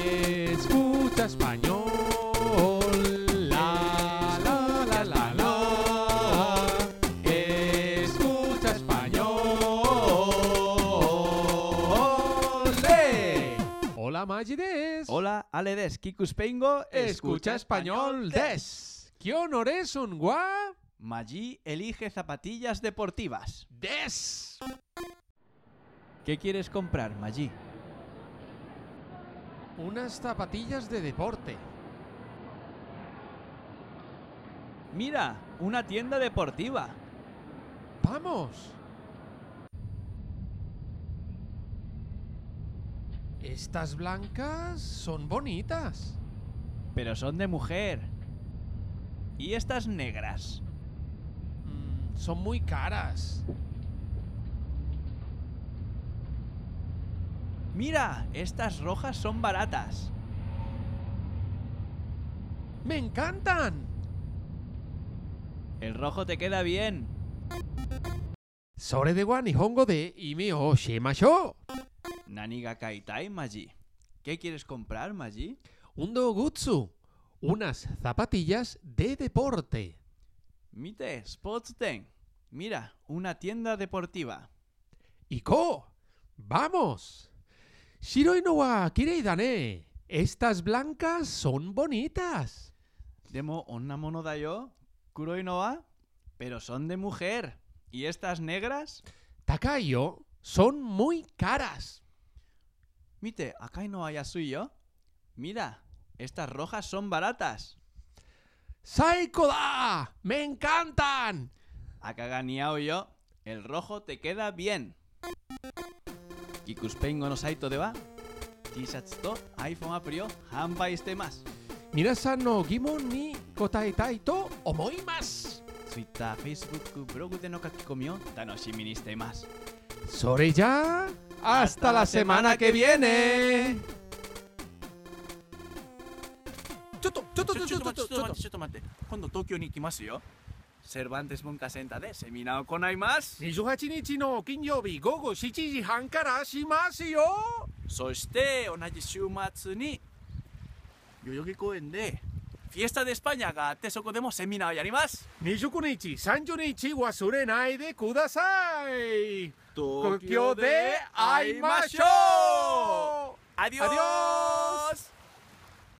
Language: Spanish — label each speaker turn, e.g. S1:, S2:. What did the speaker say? S1: Escucha español. La, la, la, la, la. Escucha español. ¡Eh! Hola, Magides.
S2: Hola, Ale Des, Kikuspengo,
S1: Escucha español des. ¿Qué honores son gua?
S2: Maggi elige zapatillas deportivas.
S1: Des.
S2: ¿Qué quieres comprar, Maggi?
S1: Unas zapatillas de deporte.
S2: Mira, una tienda deportiva.
S1: ¡Vamos! Estas blancas son bonitas.
S2: Pero son de mujer. Y estas negras.
S1: Mm, son muy caras.
S2: Mira, estas rojas son baratas.
S1: ¡Me encantan!
S2: El rojo te queda bien.
S1: Sore de wa nihongo de imi o shimasho.
S2: Naniga Kaitai, Maggi. ¿Qué quieres comprar, Maggi?
S1: Undo gutsu. Unas zapatillas de deporte.
S2: Mite, Sportsten. Mira, una tienda deportiva.
S1: ¡Iko! ¡Vamos! Shiroi no wa kirei da ne. Estas blancas son bonitas.
S2: Demo onna mono da yo, kuroi no wa, pero son de mujer. ¿Y estas negras?
S1: Takayo son muy caras.
S2: Mite, acá no hay yo. Mira, estas rojas son baratas.
S1: ¡Saiko da! ¡Me encantan!
S2: Acá ganiao yo, el rojo te queda bien. Kikuspengo no saito de va. T-shirts to iPhone aprio, hanbai este más.
S1: Minasan no gimon ni kotaetai to omoimasu.
S2: Twitter, Facebook, blog de no kakikomi tanoshimi ni shite mas.
S1: Sore ya. Hasta la semana que viene.
S3: ちょっとちょっと
S2: ち
S3: ち
S2: ょ
S3: ょ
S2: っ
S3: っ
S2: と
S3: と
S2: 待って、ち
S3: ちょっと
S2: ょっと待って、ちょっと待って。今度東京に行きますよ。セルバンテス文化センターでセミナーを行います。
S1: 28日の金曜日午後7時半からしますよ
S2: そして、同じ週末に、代々木公園で、フィエスタ・デ・スパニャがあって、そこでもセミナーをやります。
S1: !29 日、30日忘れないでください
S2: 東京で会いましょうアディオ
S1: アディオ